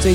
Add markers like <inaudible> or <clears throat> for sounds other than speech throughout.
最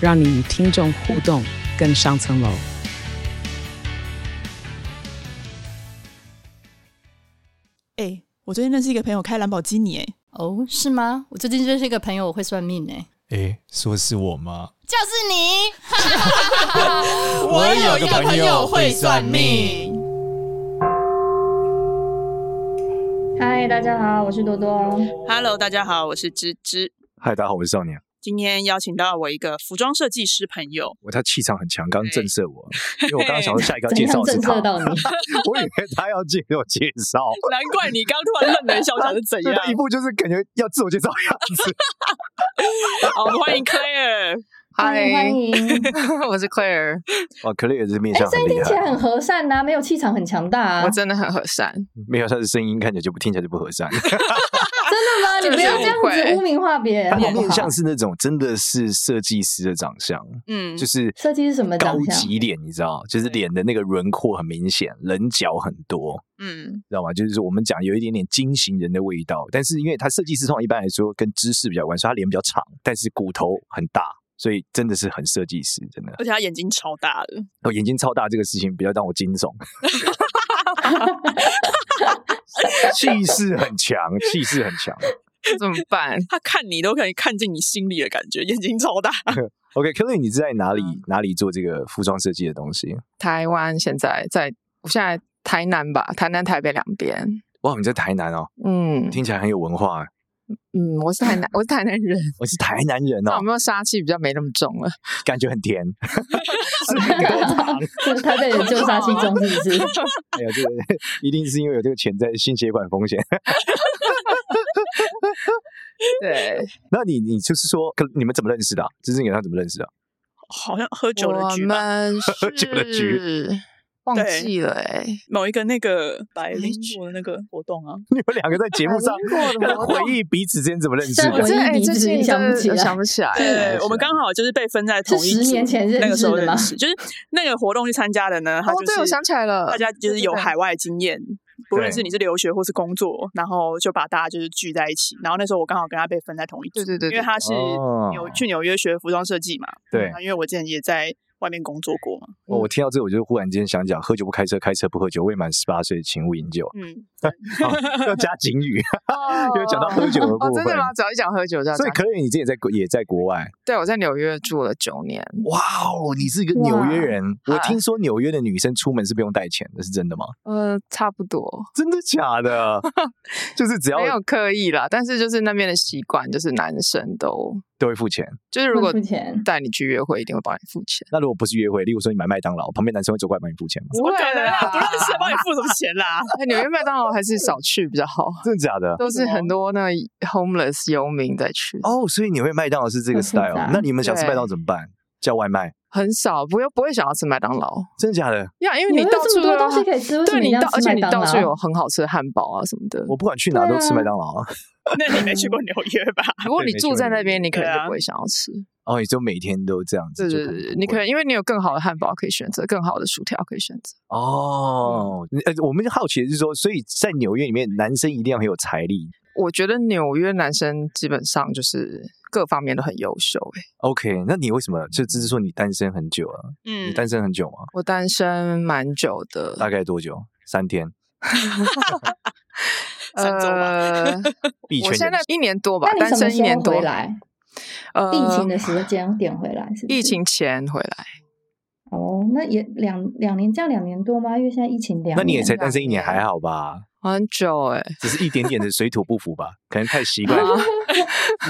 让你与听众互动更上层楼。哎、我最近认识一个朋友开兰博基尼、哎，哦，是吗？我最近认识一个朋友，我会算命呢、诶，说是我吗？就是你。我有个朋友会算命。嗨，大家好，我是多多。 Hello，大家好，我是芝芝。嗨，大家好，我是少年。今天邀请到我一个服装设计师朋友，我他气场很强，刚对震慑我，因为我刚刚想说下一个要怎介样绍的是震他，慑 <laughs> 到你？ <laughs> 我以为他要介给我介绍，难怪你刚突然愣了一下，我想是怎对 <laughs> 样？他一步就是感觉要自我介绍的样子。好，我们欢迎 Claire。欢迎欢迎！哎， <laughs> 我是 Claire，、哦，可乐也是面相声很音厉听起来害，很和善呐、没有气场很强大啊。我真真的很和善，没有他的声音看起来就不听起来就不和善，的吗？你这个不是要这样误会子污名化别人，他好的不面好相？是那种真的是设计师的长相，嗯，就是设计是什么长高相级脸，你知道，就是脸的那个轮廓很明显，棱角很多。嗯，知道吗？就是我们讲有一点点惊醒人的味道，但是因为他设计师通常一般来说跟知识比较有关，所以他脸比较长，但是骨头很大，所以真的是很设计师，真的。而且他眼睛超大的，哦，眼睛超大这个事情比较让我惊悚， <laughs> 气势很强，气势很强。 <laughs> 怎么办？他看你都可以看进你心里的感觉，眼睛超大。 OK，克 y 你是在哪里、嗯哪里做这个服装设计的东西？台湾现在在，我现在台南吧，台南、台北两边。哇，你在台南哦，嗯听起来很有文化。啊嗯，我是台南，我是台南人， <laughs> 我是台南人那哦有，没有杀气比较没那么重了？感觉很甜。 <laughs> 是台北人旧杀气重，是不是？哎呀，这个 <laughs> 一定是因为有这个潜在的心血管风险。对，那你你就是说，可你们怎么认识的、啊？就是你跟他怎么认识的、啊？ <laughs> 好像喝酒我的局吧，们喝酒的局 <laughs> 是忘记了哎、欸，某一个那个百灵局果的那个活动啊，你们两个在节目 <laughs> 上哎跟回忆彼此之间怎么认识生活的我？这哎一最直近想真不起的来想不起来了。对是，我们刚好就是被分在同一啊是组， 10年前认识的吗那个时候认识，就是那个活动去参加的呢。他哦就是、对我想起来了大家就是有对对对海外经验，不论对是你是留学或是工作，然后就把大家就是聚在一起。然后那时候我刚好跟他被分在同一组，对对对对因为他是哦有去纽约学服装设计嘛，对那因为我之前也在外面工作过嘛，我我听到这，我就忽然间想讲，喝酒不开车，开车不喝酒。未满十八岁，请勿饮酒。嗯，好要加警 <laughs> 语，因为讲到喝酒的哦部，真分的。吗？只要一讲喝酒就要所以，讲。可以你之前也在国也在国外。对，我在纽约住了九年，哇哦，你是一个纽约人。我听说纽约的女生出门是不用带钱的，是真的吗？呃，差不多，真的假的？ <laughs> 就是只要没有刻意啦，但是就是那边的习惯，就是男生都都会付钱。就是 <laughs> 如果会付钱带你去约会，一定会帮你付钱。 <laughs> 那如果不是约会，例如说你买麦当劳，旁边男生会走过来帮你付钱吗？不不会可能啦，啦，不认识帮你付什么钱 <laughs> 啦？哎纽约麦当劳还是少去比较 <laughs> 好，真的假的？都是很多那 homeless 游民在去，哦，所以你会麦当劳是这个很复 style，杂那你们想吃麦对当劳怎么办？叫外卖？很少，不会不会想要吃麦当劳真的假的？呀，因为你你们到有这处么多东西都。可以吃，为什么对一你定到要，而吃且麦你当到处有劳？很好吃的汉堡啊什么的。我不管去哪对都吃麦啊当劳啊。那你没去过纽约 <laughs> 吧？如果对你没住错在没那边，你可对能就啊不会想要吃。哦，你就每天都这样对子，就对可能对对，不你可会能因为你有更好的汉堡可以选择，更好的薯条可以选择。哦。嗯你呃，我们好奇的是说，所以在纽约里面，男生一定要很有财力。我觉得纽约男生基本上就是各方面都很优秀、欸。 OK，那你为什么就只是说你单身很久啊？你嗯，单身很久吗？我单身蛮久的，大概多久？三天？三周吧呃， <laughs> 币圈我现人在一年多吧那，你单什么身一时年候多回。来？呃，疫情的时间点回来是不是？疫情前回来，哦，那也两两年，这样两年多吗？因为现在疫情两年，那你也才单身一年，还好吧？ <laughs> 很久哎、只是一点点的 <laughs> 水土不服吧，可能太习惯。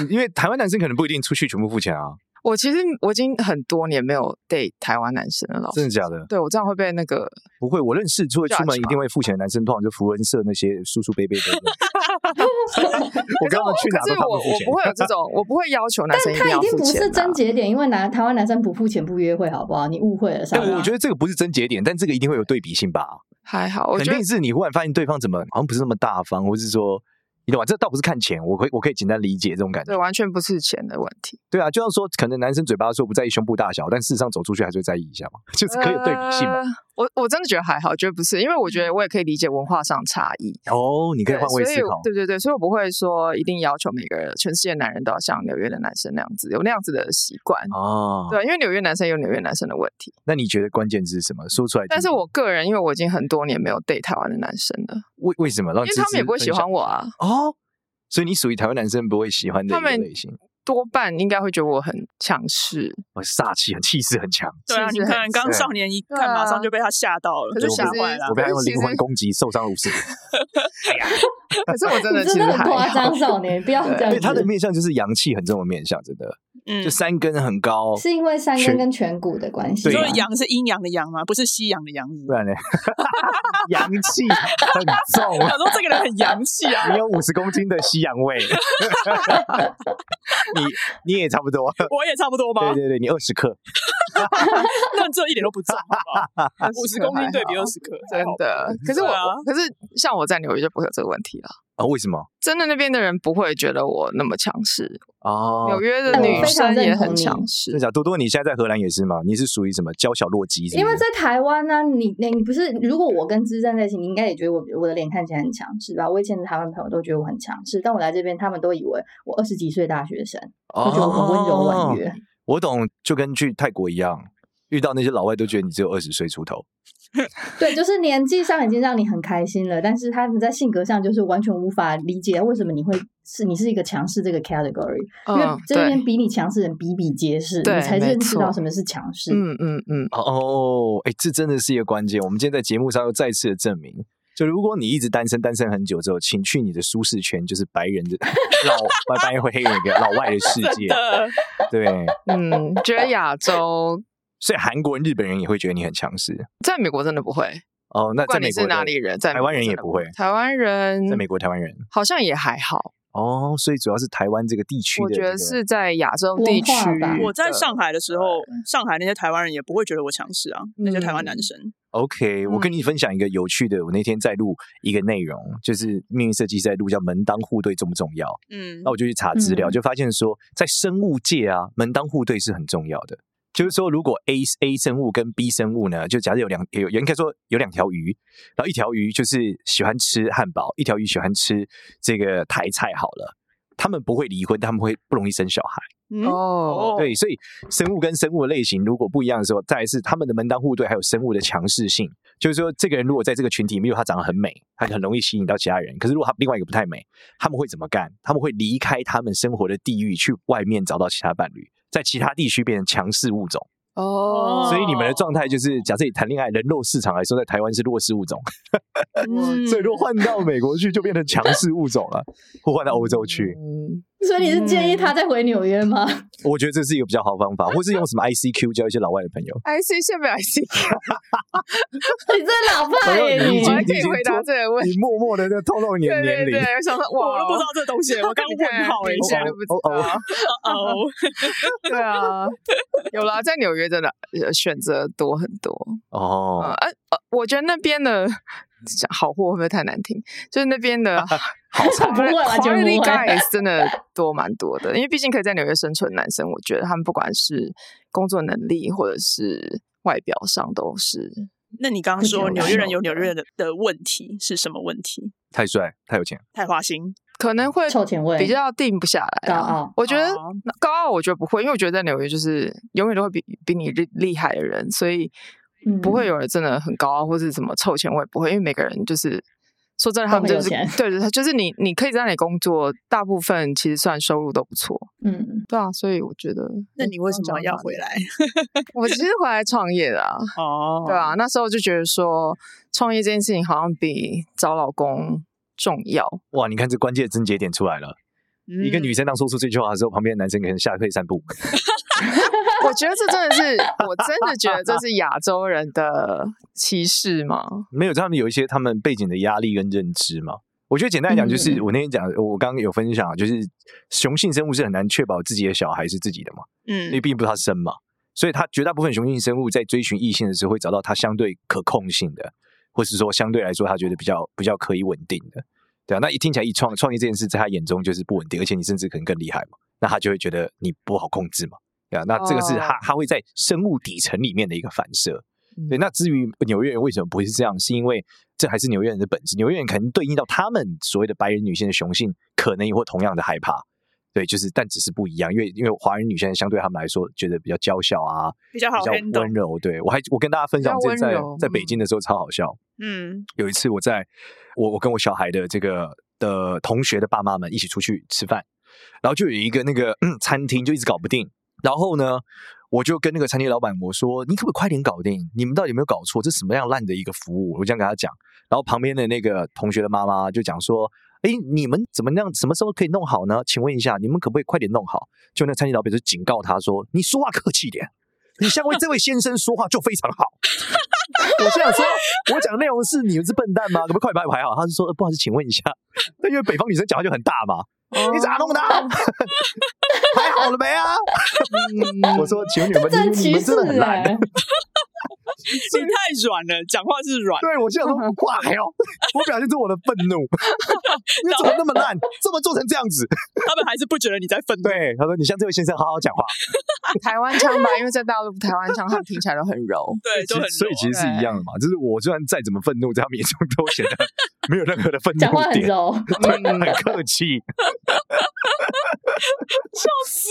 因为台湾男生可能不一定出去全部付钱啊。我其实我已经很多年没有 date 台湾男生了，老真师。的假的？对我这样会被那个不会，我认识除了出门 Judge 一吧定会付钱的男生，通常就福恩社那些叔叔伯伯的。 <laughs> 我跟他们去哪都可是他我们付我钱不。会有这种，我不会要求男生但定他要一定付不钱、啊。是真节点，因为男台湾男生不付钱不约会，好不好？你误会了，但啊莎拉我觉得这个不是真节点，但这个一定会有对比性吧？还好，我肯觉得定是你忽然发现对方怎么好像不是那么大方，或是说，你懂吧？这倒不是看钱，我可以我可以简单理解这种感觉对，。完全不是钱的问题。对啊，就像说，可能男生嘴巴说不在意胸部大小，但事实上走出去还是会在意一下嘛， <laughs> 就是可以有对比性嘛。呃我我真的觉得还好，觉得不是，因为我觉得我也可以理解文化上差异。哦，你可以呃对换位所思以考。对对对，所以我不会说一定要求每个人全世界男人都要像纽约的男生那样子，有那样子的习惯。哦，对，因为纽约男生有纽约男生的问题，那你觉得关键字是什么？说出来听听。但是我个人，因为我已经很多年没有 date 台湾的男生了，为为什么让因为芝他们也芝不会喜分享欢我啊，哦，所以你属于台湾男生不会喜欢的他一个们类型，多半应该会觉得我很强势，我煞气很气势很强。对啊，是你不是看很刚对少年一对看，啊马上就被他吓到了，可是就吓其实坏了我。被他可是用其灵魂实攻击，受伤了五十。可是我真的你其真实的很还夸好张，。少年，不要这样对子。他的面相就是阳气很重的面相，真的嗯就，三根很高，是因为三全根跟颧骨的关系对啊吗，所以阳是阴阳的阳吗？不是西洋的阳。是不不是然呢？ <laughs> 阳气很重我，想说这个人很洋气啊，你有五十公斤的西洋味， <laughs> 你你也差不多。我也差不多对吧，对对，你二十克， <laughs> 那这一点都不重，好不好？五十公斤对比二十克，真哦的，可是我、对啊可是像我在纽约就不会有这个问题了。啊？为什么？真的那边的人不会觉得我那么强势，哦纽，约的但我女非常生认也同很你强势真。假？多多，你现在在荷兰也是吗？你是属于什么娇小弱鸡是不是？因为在台湾呢、你你你不是，如果我跟芝站在一起，你应该也觉得我我的脸看起来很强势吧？我以前的台湾朋友都觉得我很强势，但我来这边，他们都以为我二十几岁大学生，哦都觉得我很温柔啊婉约。我懂，就跟去泰国一样，遇到那些老外都觉得你只有二十岁出头。对，就是年纪上已经让你很开心了，但是他们在性格上就是完全无法理解为什么你会是你是一个强势这个 category，、因为嗯，这对边，比你强势的人比比皆是，对你才没认识到错什么是强势。嗯嗯 <laughs> 嗯，哦，哎，这真的是一个关键。我们今天在节目上又再次的证明，就如果你一直单身，单身很久之后，请去你的舒适圈，就是白人的老白白黑人的老外的世界。对，嗯，觉得亚洲所以韩国人、日本人也会觉得你很强势。在美国真的不会，哦，那不在管美你国是的哪里人，在台美湾国人真也的不会台湾人在美国台湾人好像也还好，哦，所以主要是台湾这个地区的我这个、觉得是在亚洲地区文化吧。<laughs> 我在上海的时候，上海那些台湾人也不会觉得我强势啊，那些台湾男生。 OK，我跟嗯你分享一个有趣的，我那天在录一个内容，就是命运设计师在录叫“门当户对重不重要”。嗯那，我就去查资料，嗯就发现说，在生物界啊，门当户对是很重要的。就是说，如果 A A 生物跟 B 生物呢，就假设有两有有应该说有两条鱼，然后一条鱼就是喜欢吃汉堡，一条鱼喜欢吃这个台菜，好了，他们不会离婚，他们会不容易生小孩。嗯，哦，对，所以生物跟生物的类型如果不一样的时候，再来是他们的门当户对，还有生物的强势性。就是说，这个人如果在这个群体里面，他长得很美，他很容易吸引到其他人。可是如果他另外一个不太美，他们会怎么干？他们会离开他们生活的地域，去外面找到其他伴侣，在其他地区变成强势物种。哦，所以你们的状态就是，假设你谈恋爱，人肉市场来说，在台湾是弱势物种，嗯所以如果换到美国去，就变成强势物种了，或换到欧洲去。嗯，所以你是建议嗯他再回纽约吗？ <laughs> 我觉得这是一个比较好的方法，或是用什么 ICQ 交一些老外的朋友。 ，IC 现 <laughs> 不 IC，你这老派耶、哎呦你已我经还可以回答这个问题。你默默的在透露你的对年对龄。对，我 <laughs> 想说，<laughs> 我哇，哦都不知道这东西，我刚问号哎， <laughs> 你现现在在就都不哦不哦知道。哦， <laughs> <laughs> 对啊，有啦，在纽约真的呃选择多很多。呃，哦，呃呃我觉得那边的讲好货会不会太难听？就是那 <laughs> 边的好不会完全不会 quality guys 真的多蛮多的，因为毕竟可以在纽约生存，男生我觉得他们不管是工作能力或者是外表上都是。那你刚刚说不纽了约人解有纽约的的问题是什么问题？太帅，太有钱，太花心，可能会臭前卫比较定不下来、啊。高傲我觉得哦那高傲，我觉得不会，因为我觉得在纽约就是永远都会比比你厉厉害的人，所以嗯不嗯会有人真的很高傲或是什么臭钱，我也不会，因为每个人就是说真的，他们都就很是有钱对对，就是你你可以在那里工作，大部分其实算收入都不错，嗯，对啊，所以我觉得那你为什么要回？来？我其实回来创 <laughs> 业的、啊，哦 <laughs> 对啊，那时候就觉得说创业这件事情好像比找老公重要。哇！你看这嗯嗯关键的症结点出来了。一个女生当说出这句话的时候，旁边的男生可能吓退三步。我觉得这真的是，我真的觉得这是亚洲人的歧视吗？没有，他们有一些他们背景的压力跟认知嘛。我觉得简单来讲，嗯就是我那天讲，我刚刚有分享，就是雄性生物是很难确保自己的小孩是自己的嘛，因为嗯，并不是他生嘛，所以他绝大部分雄性生物在追寻异性的时候，会找到他相对可控性的，或是说相对来说他觉得比较比较可以稳定的，对啊。那一听起来一创创意这件事，在他眼中就是不稳定，而且你甚至可能更厉害嘛，那他就会觉得你不好控制嘛，对啊。那这个是他、哦他会在生物底层里面的一个反射，嗯对，那至于纽约人为什么不会是这样，是因为这还是纽约人的本质。纽约人可能对应到他们所谓的白人女性的雄性，可能也会同样的害怕。对，就是但只是不一样，因为因为华人女性相对他们来说，觉得比较娇小啊，比较好比较 handle 温。柔。对我还我跟大家分享，比我之较前在温柔嗯在北京的时候超好笑。嗯，有一次我在我我跟我小孩的这个的同学的爸妈们一起出去吃饭，然后就有一个那个、 <clears throat> 嗯餐厅就一直搞不定，然后呢。我就跟那个餐厅老板我说：“你可不可以快点搞定？你们到底有没有搞错？这什么样烂的一个服务？”我这样跟他讲。然后旁边的那个同学的妈妈就讲说：“哎，你们怎么样？什么时候可以弄好呢？请问一下，你们可不可以快点弄好？”就那个餐厅老板就警告他说：“你说话客气点，你像位这位先生说话就非常好。” <laughs> 我就想说，我讲的内容是你们是笨蛋吗？可不可以快点把我排好？他是说、呃不好意思，请问一下，因为北方女生讲话就很大嘛，你咋弄的啊？ <laughs> 排好了没啊？ <laughs> 我说，请问你们，正你歧们视真的很烂。啊欸你太软了，讲话是软。对，我就想说，哇哟，哦 <laughs> 我表现出我的愤怒， <laughs> 你怎么那么烂，这么做成这样子？他们还是不觉得你在愤怒。对，他说，你像这位先生，好好讲话。台湾腔吧，因为在大陆台湾腔他们听起来都很柔。对，就其实哎很所以柔其实是一样的嘛，就是我虽然再怎么愤怒，在他们眼中都显得 <laughs> 没有任何的愤怒 <laughs> 讲话很点，柔，嗯对，很客气，笑死。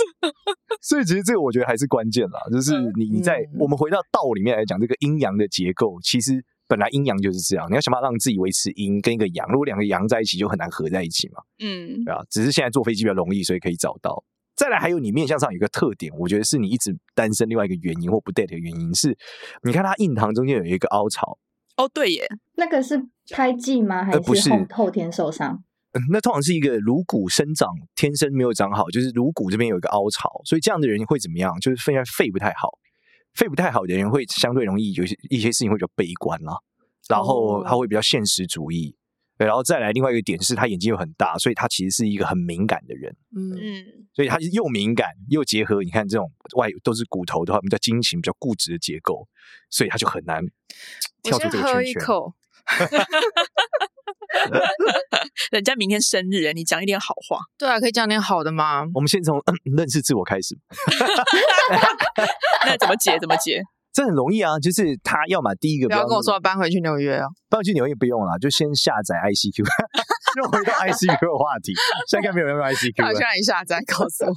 所以其实这个我觉得还是关键啦，就是你你在、嗯我们回到道里面来讲，这个阴阳的结构，其实本来阴阳就是这样，你要想办法让自己维持阴跟一个阳，如果两个阳在一起就很难合在一起嘛，嗯，对吧、啊只是现在坐飞机比较容易，所以可以找到。再来，还有你面相上有一个特点，我觉得是你一直单身另外一个原因或不 date 的原因是，你看它印堂中间有一个凹槽，哦对耶，那个是胎记吗？还呃不是后后天受伤？嗯那通常是一个颅骨生长天生没有长好，就是颅骨这边有一个凹槽，所以这样的人会怎么样？就是肺肺不太好，肺不太好的人会相对容易有一些一些事情会比较悲观啦，然后他会比较现实主义，对然后再来另外一个点是他眼睛又很大，所以他其实是一个很敏感的人，嗯，嗯，所以他是又敏感又结合你看这种外都是骨头的话，比较筋型比较固执的结构，所以他就很难我跳出先这个喝圈一圈。口，人家明天生日耶，欸你讲一点好话。对啊，可以讲点好的吗？我们先从嗯认识自我开始。那怎么解？怎么 <laughs> 解？这很容易啊，就是他要么第一个不要跟我说那要个，搬回去纽约哦。搬去纽约不用了，就先下载 <laughs> ICQ，又回到 ICQ 的话题。现在应该没有人用他 ICQ <laughs> 好了，像一下再告诉我，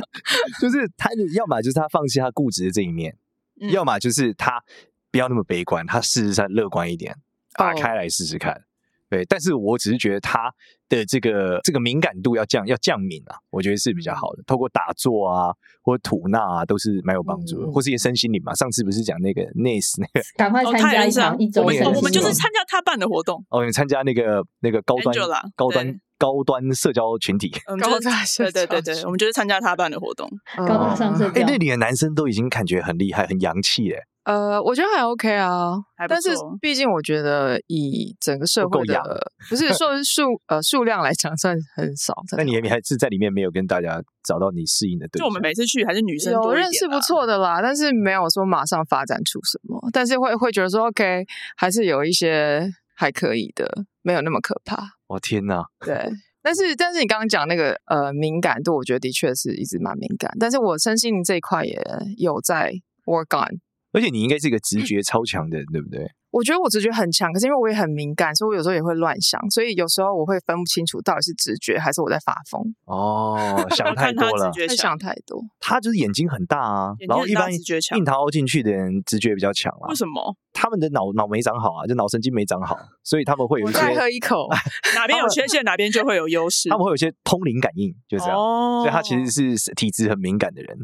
<laughs> 就是他要么就是他放弃他固执的这一面，嗯要么就是他不要那么悲观，他事实上乐观一点，哦打开来试试看。对，但是我只是觉得他的这个这个敏感度要降，要降敏啊，我觉得是比嗯较好的。透过打坐啊，或者吐纳啊，都是蛮有帮助的，嗯嗯或是一些身心灵嘛。上次不是讲那个 NACE 那个赶快哦参太加阳一上场一周我们哦生我们日就是会参加他办的活动，哦，你参加那个那个高端 Angela，高端对高端社交群体，我们高就是大上对对对对，我们就是参加他办的活动。高大嗯上社哎、交那，里的男生都已经感觉很厉害、很洋气嘞，呃，我觉得还 OK 啊还，不但是错毕竟我觉得以整个社不够会养的不是说是数呃数量来讲算很少。真那的你也还是在里面没有跟大家找到你适应的对就象？我们每次去还是女生有多一点认啊识啦 <laughs> 不错的啦，但是没有说马上发展出什么，但是会会觉得说 OK，还是有一些还可以的，没有那么可怕。我、哦天哪，对，但是但是你刚刚讲那个呃敏感度，我觉得的确是一直蛮敏感，但是我身心灵这一块也有在 work on。而且你应该是一个直觉超强的人，对不对？我觉得我直觉很强，可是因为我也很敏感，所以我有时候也会乱想，所以有时候我会分不清楚到底是直觉还是我在发疯，哦，想要太 <laughs> 看他多了直。觉在强想。太多。他就是眼睛很大啊，眼睛然后很一大般直觉强硬凹进去的人直觉比较强啦为。什么？他们的脑脑没长好啊，就脑神经没长好，所以他们会有我一些，再喝一口，哎 <laughs> 哪边有缺陷，哪边就会有优势。他们会有一些通灵感应，就这样。哦，所以他其实是体质很敏感的人。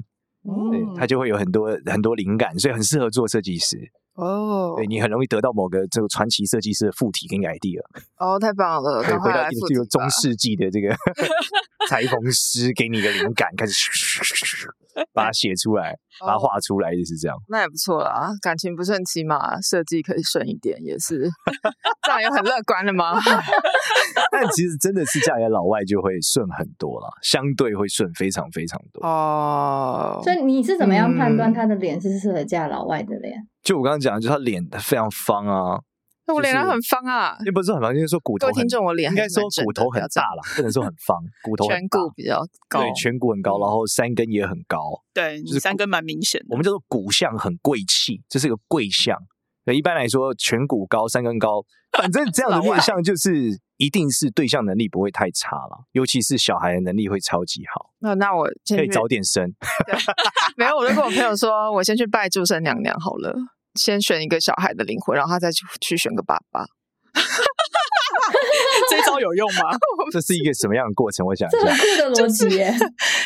嗯对，他就会有很多很多灵感，所以很适合做设计师。哦对你很容易得到某个这个传奇设计师的附体跟 idea，哦，太棒了，可以赶回快到来啊一复个习这吧个 <laughs> 中世纪的这个裁缝师给你一个灵感，开始咻咻咻咻咻把它写出来，把哦它画出来，也是这样。那也不错啦，感情不顺，起码设计可以顺一点，也是 <laughs> 这样有很乐观了吗？但其实真的是嫁给老外就会顺很多啦，相对会顺非常非常多。哦，所以你是怎么样判断嗯他的脸是适合嫁老外的脸？就我刚刚讲的，就是他脸非常方啊，那我就是脸上很方啊，也不是很方，就是说骨头各位很听众，我脸应还该是说蛮正骨的头很大，不要啦，不能说很方，骨头这样很颧大骨比较高，嗯对，颧骨很高，然后三根也很高，对，就是三根蛮明显我的。们叫做骨相很贵气，这是一个贵相。那一般来说，颧骨高、三根高，反正这样 <laughs> 的面相就是一定是对象能力不会太差了，尤其是小孩的能力会超级好，那那我先可以去啊早 <laughs> 点生。没有，我就跟我朋友说，我先去拜祝生娘娘好了，先选一个小孩的灵魂，然后他再去去选个爸爸。这一招有用吗？这是一个什么样的过程？我想一 <laughs> 这很下，酷的逻辑耶！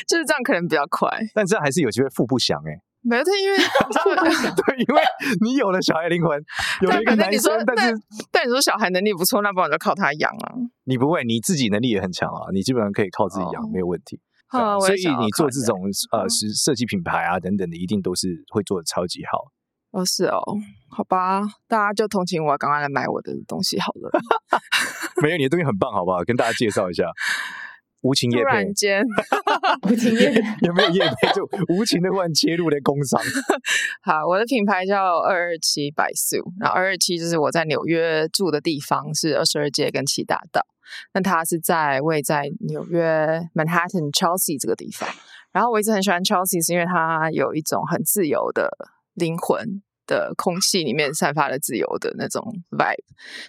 就是这样可能比较快。但这还是有机会富不祥哎、没有，他因 <laughs> 为对，因为你有了小孩灵魂，有了但一个反正男你说生，，但但是但你说小孩能力不错，那不然就靠他养啊。你不会，你自己能力也很强啊，你基本上可以靠自己养，哦没有问题。对啊啊，我所也以想要嗯你做靠这人种呃是设计品牌啊等等的，一定都是会做的超级好。哦是哦，好吧，大家就同情我，赶快来买我的东西好了。 <laughs> 没有，你的东西很棒，好不好？跟大家介绍一下，无情突夜配然间，无情夜 <laughs> 有没有夜配？就无情的忽然切入的工商，好，我的品牌叫二二七百素，然后二二七就是我在纽约住的地方是二十二街跟七大道，那它是在位在纽约 Manhattan Chelsea 这个地方。然后我一直很喜欢 Chelsea，是因为它有一种很自由的灵魂的空气里面散发了自由的那种 vibe，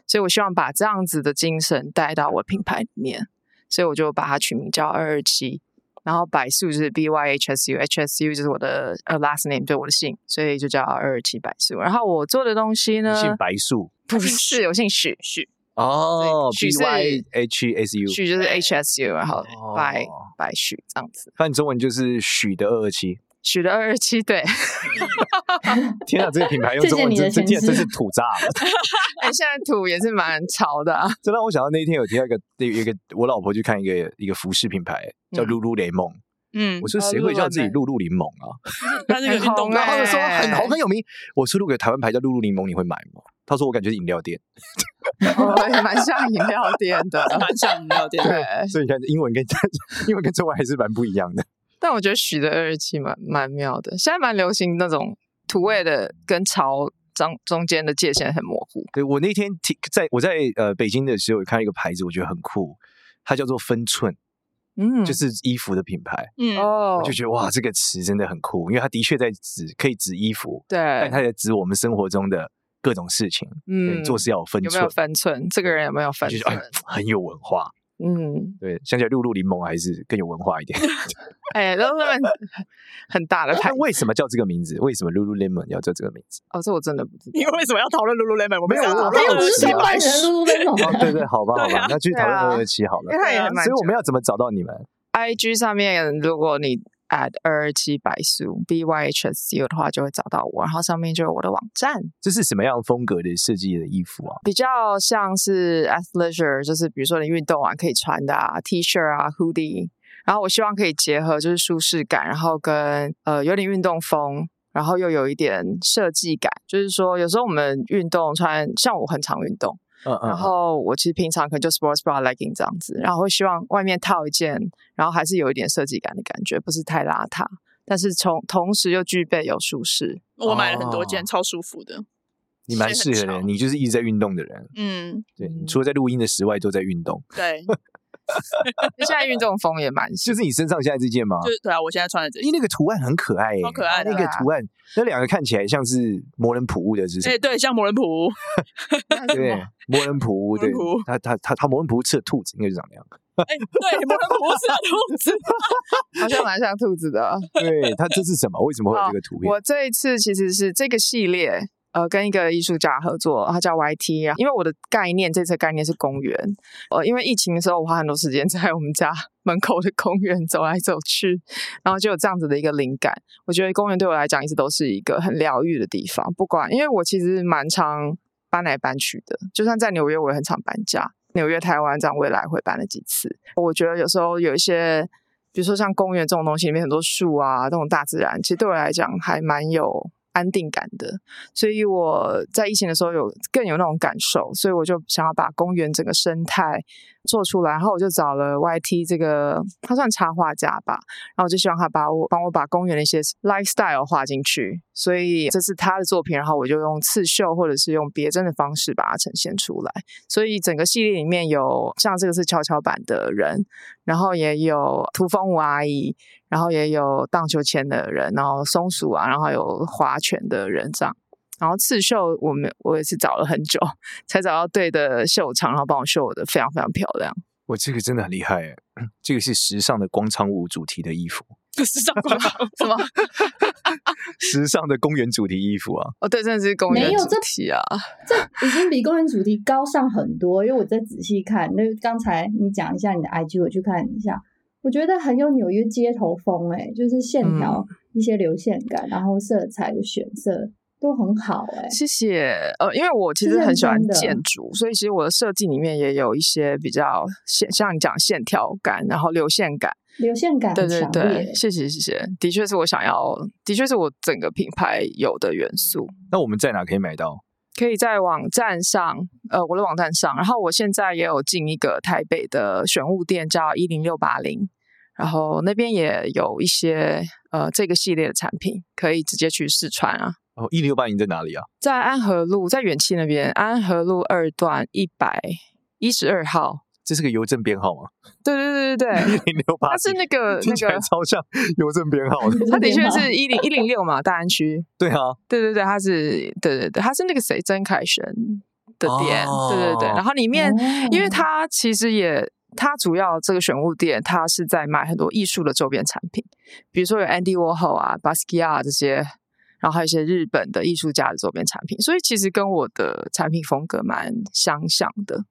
所以我希望把这样子的精神带到我品牌里面，所以我就把它取名叫二二七。然后百数就是 B Y H S U H S U 就是我的呃 last name 就是我的姓，所以就叫二二七百数。然后我做的东西你呢，姓白素不是我姓许许哦许，B 是 Y H E S U，许就是 H S U，然后哦白白许这样子，翻译中文就是许的二二七。许的二二七 <laughs> 对。哎天啊，这个品牌用谢谢中文你的真真诠释真是土渣啊、哎、现在土也是蛮潮的、啊， <laughs> 这让我想到那一天有提到一个有一个我老婆去看一个一个服饰品牌叫嗯露露雷蒙，嗯我，说哦谁会叫自己 Lululemon 露露柠檬啊？他那个运很动红然后欸他说很红哎很有名，我说如果有台湾牌叫露露柠檬，你会买吗？他说我感觉是饮料店，我也蛮像饮料店的。啊 <laughs> 蛮像饮料店。对，所以你看英文跟 <laughs> 英文跟中文还是蛮不一样的。但我觉得许的二十七蛮蛮妙的，现在蛮流行那种土味的跟潮中中间的界限很模糊。对我那天听在我在呃北京的时候，有看到一个牌子，我觉得很酷，它叫做分寸，嗯，就是衣服的品牌。嗯，哦我就，觉得哇，这个词真的很酷，因为它的确在指可以指衣服，但对，它也指我们生活中的各种事情。对，嗯，做事要有分有没寸，有分寸？这个人有没有分就是寸哎？很有文化。 <laughs> 嗯，对，相较露露柠檬还是更有文化一 <laughs> 点。哎，都是很很大的牌那。为什么叫这个名字？为什么 Lululemon 要叫这个名字？哦，这我真的不知道。你为什么要讨论 Lululemon？我们没有想我讨没但有又论我不是想227创办人 <laughs> Lululemon，哦，对对，好吧，好吧，那继续讨论对啊二二七好了因。为它也对啊蛮所以我久们要怎么找到你们？ IG 上面，如果你 at 二二七百数 B Y H S U 的话，就会找到我，然后上面就有我的网站，这是什么样风格的设计的衣服啊？比较像是 athleisure，就是比如说你运动完可以穿的啊 T 恤啊 hoodie，然后我希望可以结合就是舒适感，然后跟呃有点运动风。然后又有一点设计感，就是说，有时候我们运动穿，像我很常运动，嗯嗯然嗯，后我其实平常可能就 sports bra legging 这样子，然后会希望外面套一件，然后还是有一点设计感的感觉，不是太邋遢，但是从同时又具备有舒适。 <laughs> 我买了很多哦件，超舒服的。你蛮适合睡的，很长你就是一直在运动的人。嗯，对，嗯你除了在录音的时外，都在运动。对，现在运动风也蛮就是你身上现在这件吗？就是对啊，我现在穿的这因件为。那个图案很可爱耶，超可爱的那个图案，那两个看起来像是魔人普乌的，是什哎，么？ <laughs> 对，像魔人普，对，魔人普乌，魔对人普乌，他他他他魔人普乌吃的兔子应该就长那样。哎，对，魔人普是兔子， <laughs> <laughs> 好像蛮像兔子的。对，他这是什么？为什么会有哦这个图片？我这一次其实是这个系列，呃，跟一个艺术家合作，他叫 YT 啊。因为我的概念，这次的概念是公园。呃，因为疫情的时候，我花很多时间 <laughs> 在我们家门口的公园走来走去，然后就有这样子的一个灵感。我觉得公园对我来讲一直都是一个很疗愈的地方，不管因为我其实蛮常搬来搬去的，就算在纽约，我也很常搬家。纽约、台湾这样，未来会搬了几次。我觉得有时候有一些比如说像公园这种东西，里面很多树啊，这种大自然，其实对我来讲还蛮有安定感的。所以我在疫情的时候有更有那种感受，所以我就想要把公园整个生态做出来。然后我就找了 YT 这个，他算插画家吧，然后我就希望他把我帮我把公园的一些 lifestyle 画进去。所以这是他的作品，然后我就用刺绣或者是用别针的方式把它呈现出来。所以整个系列里面有像这个是跷跷板的人，然后也有涂风舞阿姨，然后也有荡秋千的人，然后松鼠啊，然后有划拳的人这样。然后刺绣，我们我也是找了很久才找到对的绣厂，然后帮我绣的非常非常漂亮。 <laughs> 我这个真的很厉害耶， <clears throat> 这个是时尚的广场舞主题的衣服，时尚广场什么？时尚的公园主题衣服啊，哦，对，真的是公没园有主这题啊！这已经比公园主题高尚很多。因为我在仔细看，那刚才你讲一下你的 IG，我去看一下，我觉得很有纽约街头风哎、就是线条、嗯一些流线感，然后色彩的选色都很好哎、谢谢。呃，因为我其是实很认喜欢真的建筑，所以其实我的设计里面也有一些比较线，像你讲线条感，然后流线感。流线感对很对强烈对，。 <laughs> 谢谢谢谢，的确是我想要，的确是我整个品牌有的元素。那我们在哪可以买到？可以在网站上，呃，我的网站上，然后我现在也有进一个台北的选物店，叫一零六八零，然后那边也有一些呃这个系列的产品，可以直接去试穿啊。哦，一零六八零在哪里啊？在安和路，在远期那边，安和路二段一百一十二号。这是个邮政编号吗？，对对对对对零 <laughs> 六八，它是那个听那起来个，超像邮政编号的。 <laughs> 它的确是一零一零六嘛，大安区。对啊，对对对，它是对对对，它是那个谁曾凯旋的店。对对对，哦然后里面因为哦它其实也，它主要这个选物店，它是在卖很多艺术的周边产品，比如说有 Andy Warhol 啊、Basquiat 这些，然后还有一些日本的艺术家的周边产品，所以其实跟我的产品风格蛮相像的，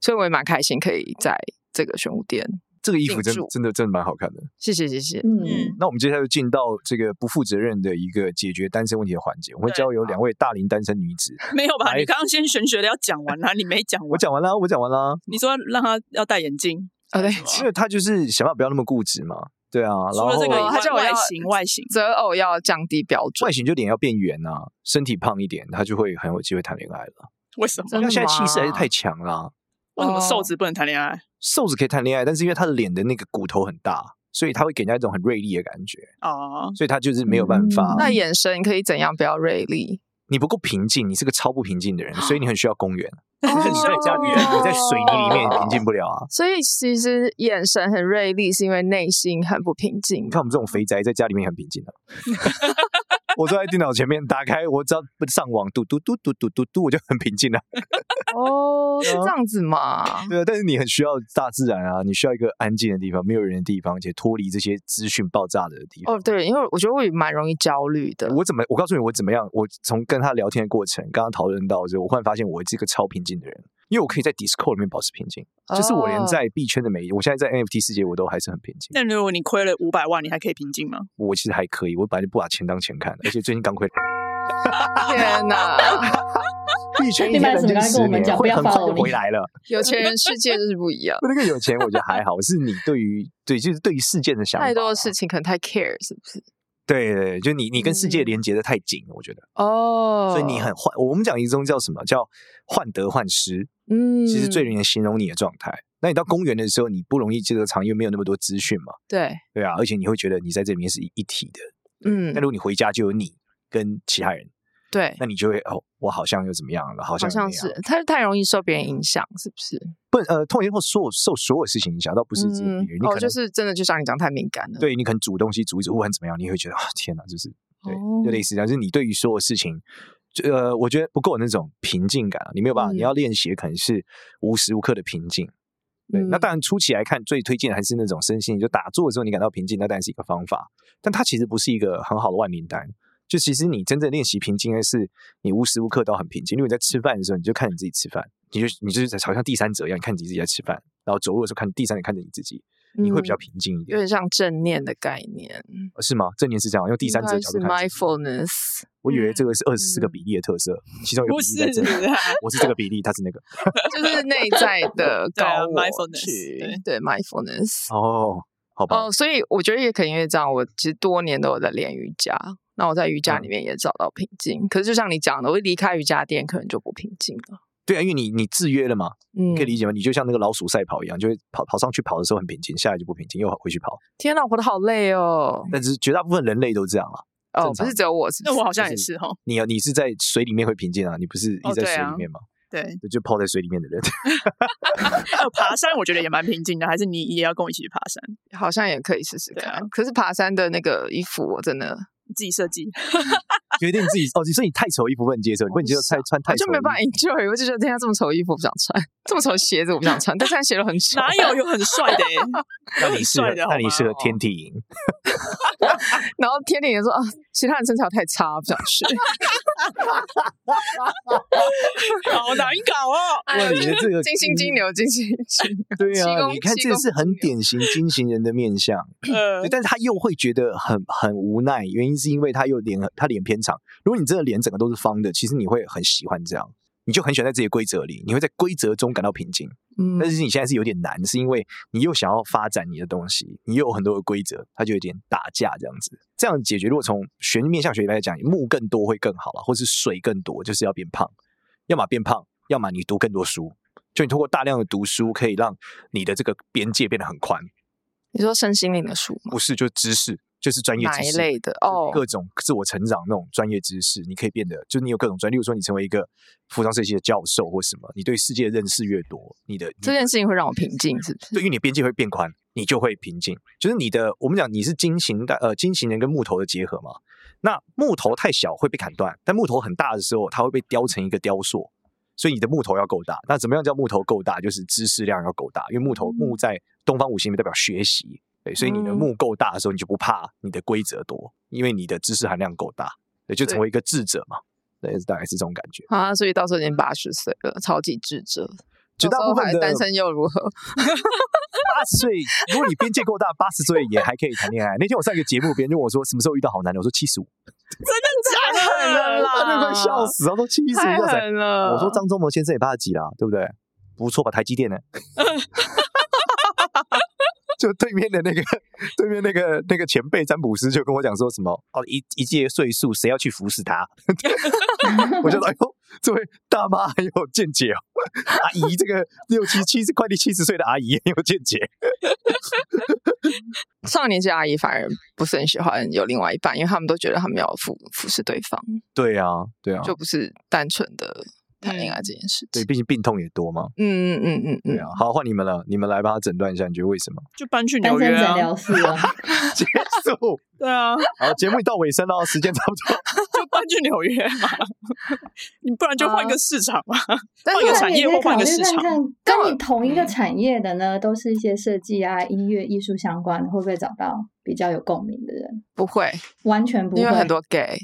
所以我也蛮开心可以在这个选物店。这个衣服真定制真的真的蛮好看的。谢谢谢谢，嗯，那我们接下来就进到这个不负责任的一个解决单身问题的环节，我们会交由两位大龄单身女子。没有吧？来你刚刚先玄学的要讲完啊啦，你没讲完。我，讲完啦，我讲完啦，你说让他要戴眼镜，哦对，因为她就是想法不要那么固执嘛。对啊，然除了后这个以外，他叫我外要形外形，择偶要降低标准外，形就脸要变圆啊，身体胖一点，她就会很有机会谈恋爱了。为什么？真因为的她现在气势还是吗太强啦、为什么哦瘦子不能谈恋爱？瘦子可以谈恋爱，但是因为她的脸的那个骨头很大，所以她会给人家一种很锐利的感觉，哦，所以她就是没有办法。那眼神可以怎样？不要锐利，你不够平静，你是个超不平静的人，所以你很需要公园。哦 <laughs> <laughs> 你在家里，你在水泥里面平静不了啊。所以其实眼神很锐利，是因为内心很不平静你。看我们这种肥宅在家里面很平静的、我坐在电脑前面，打开我只要不上网，嘟嘟嘟嘟嘟嘟嘟，我就很平静了、 <laughs> 哦，是这样子嘛？对啊，但是你很需要大自然啊，你需要一个安静的地方，没有人的地方，而且脱离这些资讯爆炸的地方。哦，对，因为我觉得我也蛮容易焦虑的。我怎么？我告诉你，我怎么样？我从跟他聊天的过程，刚刚讨论到，就是我忽然发现我是一个超平静的人，因为我可以在 Discord 里面保持平静，就是我连哦在币圈的每一，我现在在 NFT 世界，我都还是很平静。那如果你亏了五百万，你还可以平静吗？我其实还可以，我本来就不把钱当钱看的，而且最近刚 <laughs> 亏，<laughs> 天哪，币圈一你天买什冷静么刚刚跟十我们年，讲不会要很快 follow 就你回来 <laughs> 了。，有钱人世界就是不一样那个有钱我觉得还好，是你对于对，就是对于事件的 <laughs> 想法，太多的事，情可能太 care 是不是？对对对，就你你跟世界嗯连接的太紧，我觉得，哦，所以你很患，我们讲一种叫什么叫患得患失，嗯，其实最能形容你的状态。那你到公园的时候，你不容易接得长，因为没有那么多资讯嘛，对，对啊，而且你会觉得你在这里面是一一体的。嗯但如，果你回家就有你跟其他人，对那，你就会哦，我好像又怎么样了，好像又好那像样是他太容易受别人影响，是不是？不呃，痛以后受受所有事情影响，倒不是这个嗯原因，你可哦，能就是真的，就像你讲，太敏感了。对你可能煮东西煮一煮或很怎么样，你会觉得啊天哪，就是对，哦就类似这样，就是你对于所有事情，就呃，我觉得不够有那种平静感啊，你没有办法，你嗯要练习的可能是无时无刻的平静。对，那嗯当然初期来看，最推荐的还是那种身心，就打坐的时候你感到平静，那当然是一个方法，但它其实不是一个很好的万灵丹。就其实你真正练习平静，应该是你无时无刻都很平静。因为你在吃饭的时候，你就看你自己吃饭，你就你就是好像第三者一样，你看你自己在吃饭，然后走路的时候看第三者看着你自己，你会比较嗯平静一有点，点像正念的概念，呃是吗？正念是这样，用第应三者该角是度看自己。 mindfulness。我以为这个是二十四个嗯比例的特色，其中有个不比例在这是里啊 <laughs> 我是这个比例，他是那个。就是内在的对啊啊高我，mindfulness，去对对 mindfulness。哦，好吧？哦，所以我觉得也可能因为这样，我其实多年都有在练瑜伽。那我在瑜嗯伽里面也找到平静，可是就像你讲的，我一离开瑜伽店，可能就不平静了。对啊，因为你你制约了嘛，嗯可以理解吗？你就像那个老鼠赛跑一样，就会跑跑上去跑的时候很平静，下来就不平静，又回去跑。天哪，活得好累哦！但是绝大部分人类都这样啊。正，哦常不是只有我是不那是，我好像就也哦是是哈，你你是在水里面会平静啊，你不是一哦直在对水啊里面吗？对，就就泡在水里面的人， <laughs> 呃爬山我觉得也蛮平静的，还是你也要跟我一起去爬山，好像也可以试试对看。啊可是爬山的那个衣服，我真的你自己设计。决定自己哦。你说你太丑，衣服不能接受，你不能接受太穿太我就丑没衣办法服 enjoy，我就觉得天啊下这么丑衣服我不想穿，这么丑的鞋子我不想穿，但现在鞋都很丑。哪有有很帅的、欸？ <laughs> 有那很你适合帅的，那你适是合天体营，然后天天也说啊，其他人身材太差，不想去。好难搞哦。 <laughs> 哇你的这个哎嗯金星金牛，金星 <laughs> 金牛， <laughs> 对七啊，宫你看七这宫是很金牛典型金型人的面相，呃 <laughs> 对，但是他又会觉得很很无奈，原因是因为他又脸他脸偏长。如果你真的脸整个都是方的，其实你会很喜欢这样，你就很喜欢在自己的规则里，你会在规则中感到平静。嗯但是你现在是有点难，是因为你又想要发展你的东西，你又有很多的规则，它就有点打架这样子。这样解决，如果从学面相学来讲，木更多会更好了，或是水更多，就是要变胖，要么变胖，要么你读更多书。就你通过大量的读书，可以让你的这个边界变得很宽，你说身心灵的书吗？不是就知识，就是专业哪知一识类的？哦，各种自我成长那种专业知识，你可以变得，就是你有各种专，例如说你成为一个服装设计的教授或什么，你对世界的认识越多，你的这件事情会让我平静，是不是？对，因为你边界会变宽，你就会平静。就是你的，我们讲你是金型的，呃，金型人跟木头的结合嘛。那木头太小会被砍断，但木头很大的时候，它会被雕成一个雕塑。所以你的木头要够大。那怎么样叫木头够大？就是知识量要够大，因为木头木在东方五行里面代表学习，对，所以你的嗯木够大的时候，你就不怕你的规则多，因为你的知识含量够大，对，就成为一个智者嘛。对，大概是这种感觉。啊，所以到时候已经八十岁了，超级智者。绝大到时候部分还的单身又 <laughs> 如何？八十岁，如果你边界够大，八十岁也还可以谈恋爱。那天我上一个节目，别人就问我说什么时候遇到好男人，我说七十五，太狠了他就快啦！笑死了，他说七十啊太五哇塞！狠了！我说张忠谋先生也八十几啦，对不对？不错吧，台积电呢？ <laughs> 就对面的那个对面那个那个前辈占卜师就跟我讲说什么哦，一一届岁数，谁要去服侍他？ <laughs> 我就说哎呦，这位大妈很有见解哦，阿姨这个六七七十快递七十岁的阿姨很有见解。上了年纪的阿姨反而不是很喜欢有另外一半，因为他们都觉得他们要服服侍对方，对啊，对啊，就不是单纯的谈恋爱这件事嗯对，情。毕竟病痛也多嘛。嗯嗯嗯嗯对嗯，啊，好，换你们了，你们来帮他诊断一下，你觉得为什么？ <laughs> 就搬去单纽身约诊啊，疗室啊， <laughs> 结束，对啊，好，节目已到尾声了，时间差不多。 <laughs> 就搬去纽约嘛， <laughs> 你不然就换一个市场嘛，但换哦一是个那产你也业可以或考换一虑个市看场。看，跟你同一个产业的呢，都是一些设计啊、音乐、艺术相关的，会不会找到比较有共鸣的人？不会，完全不会，因为很多 gay。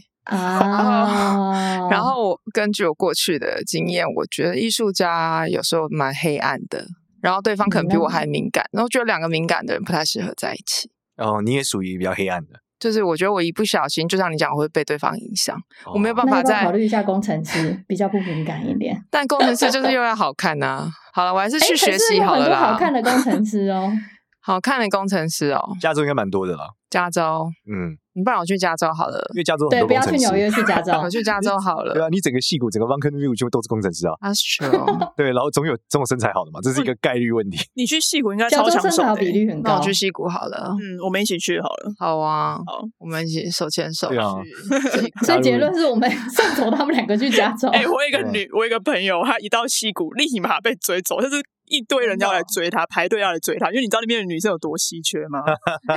啊。然后我根据我过去的经验，我觉得艺术家有时候蛮黑暗的，然后对方可能比嗯我还敏感，然后觉得两个敏感的人不太适合在一起。哦，你也属于比较黑暗的，就是我觉得我一不小心，就像你讲，我会被对方影响。我哦没有办那法要不要在考虑一下工程师，比较不敏感一点。但工程师就是又要好看呐、好了，我还是 <laughs> 哎，去可学是习有好很了多啦。好看的工程师哦， <laughs> 好看的工程师哦，加州应该蛮多的啦。加州，嗯，你不然我去加州好了，因为加州很对，多不工要程去师。纽约，去加 <laughs> 州我。去加州好对 <laughs> 了。啊，你整个戏骨，整个 Van c a n View 就都是工程师啊。 That's true。对，然后总有总有身材好的嘛，这是一个概率问题。你去戏谷应该加超州抢生手材的、比欸。率很那高我。去西谷好了。嗯，我们一起去好了。好啊，好，我们一起手牵手对啊去西谷。所以结论是我们 <laughs> 送走他们两个去加州。哎、我有一个对女，我有一个朋友，她一到戏谷立马被追走，就是一堆人要来追她，排队要来追她，因为你知道那边的女生有多稀缺吗？哎、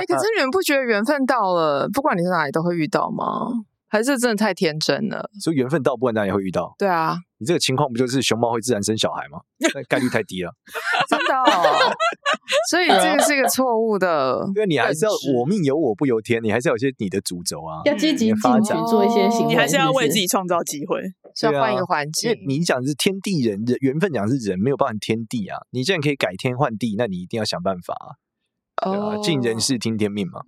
<laughs> 可是你们不觉得缘分到了，不管你在哪里都会遇到吗？还是真的太天真了？所以缘分到，不然当然也会遇到。对啊，你这个情况不就是熊猫会自然生小孩吗？那概率太低了。 <laughs> 真的哦、所啊以这个是一个错误的认知。对，你还是要我命由我不由天，你还是要有一些你的主轴啊。要积极进取，做一些行为。你还是要为不自己创造机会。是要换一对啊个环因境为。你讲的是天地人，人缘分讲的是人，没有办法天地啊。你既然可以改天换地，那你一定要想办法啊。对啊，尽哦人事听天命嘛。哦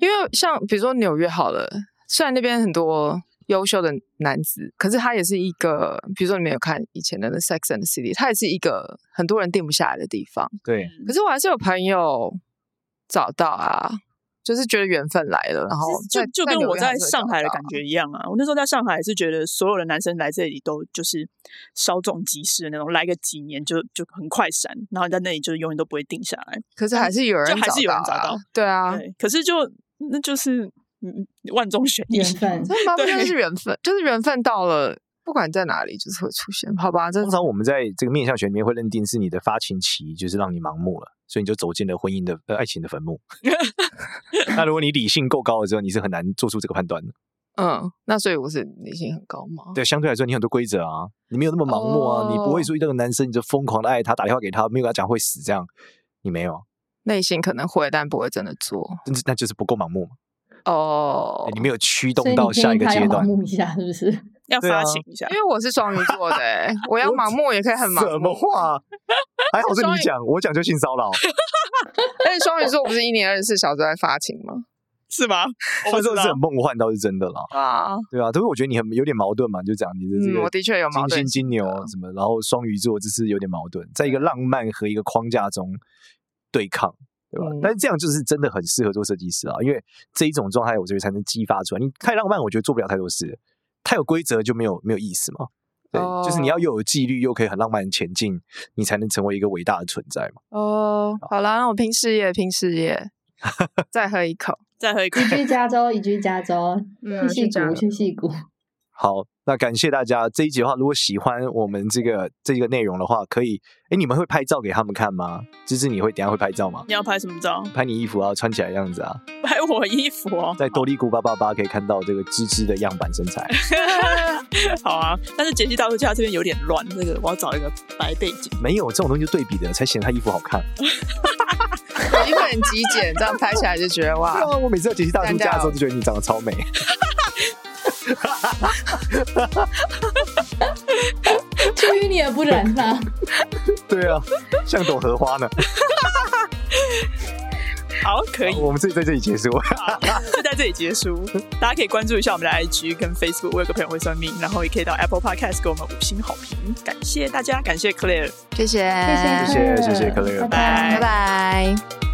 因为像比如说纽约好了，虽然那边很多优秀的男子，可是他也是一个，比如说你们有看以前的那《Sex and the 嗯嗯 City》，他也是一个很多人定不下来的地方。对，可是我还是有朋友，找到啊，就是觉得缘分来了，然后就在就跟纽我约在还是会上找海的到感啊觉一样啊！我那时候在上海是觉得所有的男生来这里都就是稍纵即逝的那种，来个几年就就很快闪，然后你在那里就是永远都不会定下来。可是还是有人就还是有人啊找到，对啊，对，可是就那就是嗯万中选一缘， <laughs> 分。所以妈妈对就是缘分，就是缘分到了，不管在哪里，就是会出现，好吧？这通常我们在这个面相学里面会认定是你的发情期，就是让你盲目了，所以你就走进了婚姻的呃爱情的坟 <laughs> 墓。那如果你理性够高了之后，你是很难做出这个判断的。嗯，那所以我是理性很高吗？对，相对来说你很多规则啊，你没有那么盲目啊，你不会哦说遇到个男生你就疯狂的爱他，打电话给他，没有跟他讲会死这样，你没有，内心可能会，但不会真的做。那那就是不够盲目嘛，哦，你没有驱所以动你到建下议一个他要阶盲段。目一下，是不是？要对啊发情一下因。为我是双鱼座的欸，我要盲目也可以很盲目。什么？ <laughs> 话？还好是你讲，我讲就性骚扰。而且双鱼座不是一年二十四小时都在发情吗？是吗？我不分知手是道很梦幻，倒是真的啦。啊，对啊，但是我觉得你很有点矛盾嘛，就讲你的这嗯，个我的确有矛金盾星、啊性金牛啊格什么，然后双鱼座，这是有点矛盾，在一个浪漫和一个框架中对抗，对吧？嗯但是这样就是真的很适合做设计师啊，因为这一种状态，我觉得才能激发出来。你太浪漫，我觉得做不了太多事；太有规则就没有没有意思嘛。对，就是你哦要又有纪律，又可以很浪漫地前进，你才能成为一个伟大的存在嘛。哦。好啦，那我拼事业，拼事业，再喝一口。再喝一口移，居加州，移居加州，嗯去戏是这样谷，去戏谷。好，那感谢大家这一集的话，如果喜欢我们这个这个内容的话，可以，哎，你们会拍照给他们看吗？芝芝，你会等一下会拍照吗？你要拍什么照？ <laughs> 拍你衣服啊，穿起来的样子啊，拍我衣服哦。在多利谷八八八可以看到这个芝芝的样板身 <laughs> 材。好啊，但是杰西大叔家这边有点乱，这个我要找一个白背景。没有这种东西就对比的，才显得她衣服好看。我因为很极简，这样拍起来就觉得哇对，啊，我每次在杰西大叔家的时候，就觉得你长 <laughs> 得超美。出淤泥而不染呐、对啊，像朵荷花呢。好，可以，我们这在这里结束。就在这里结束。大家可以关注一下我们的 IG 跟 Facebook，我有个朋友会算命，然后也可以到 Apple Podcast 给我们五星好评，感 <laughs> 谢大家，感谢 Claire。谢谢，谢谢谢谢谢克莱尔拜拜拜拜。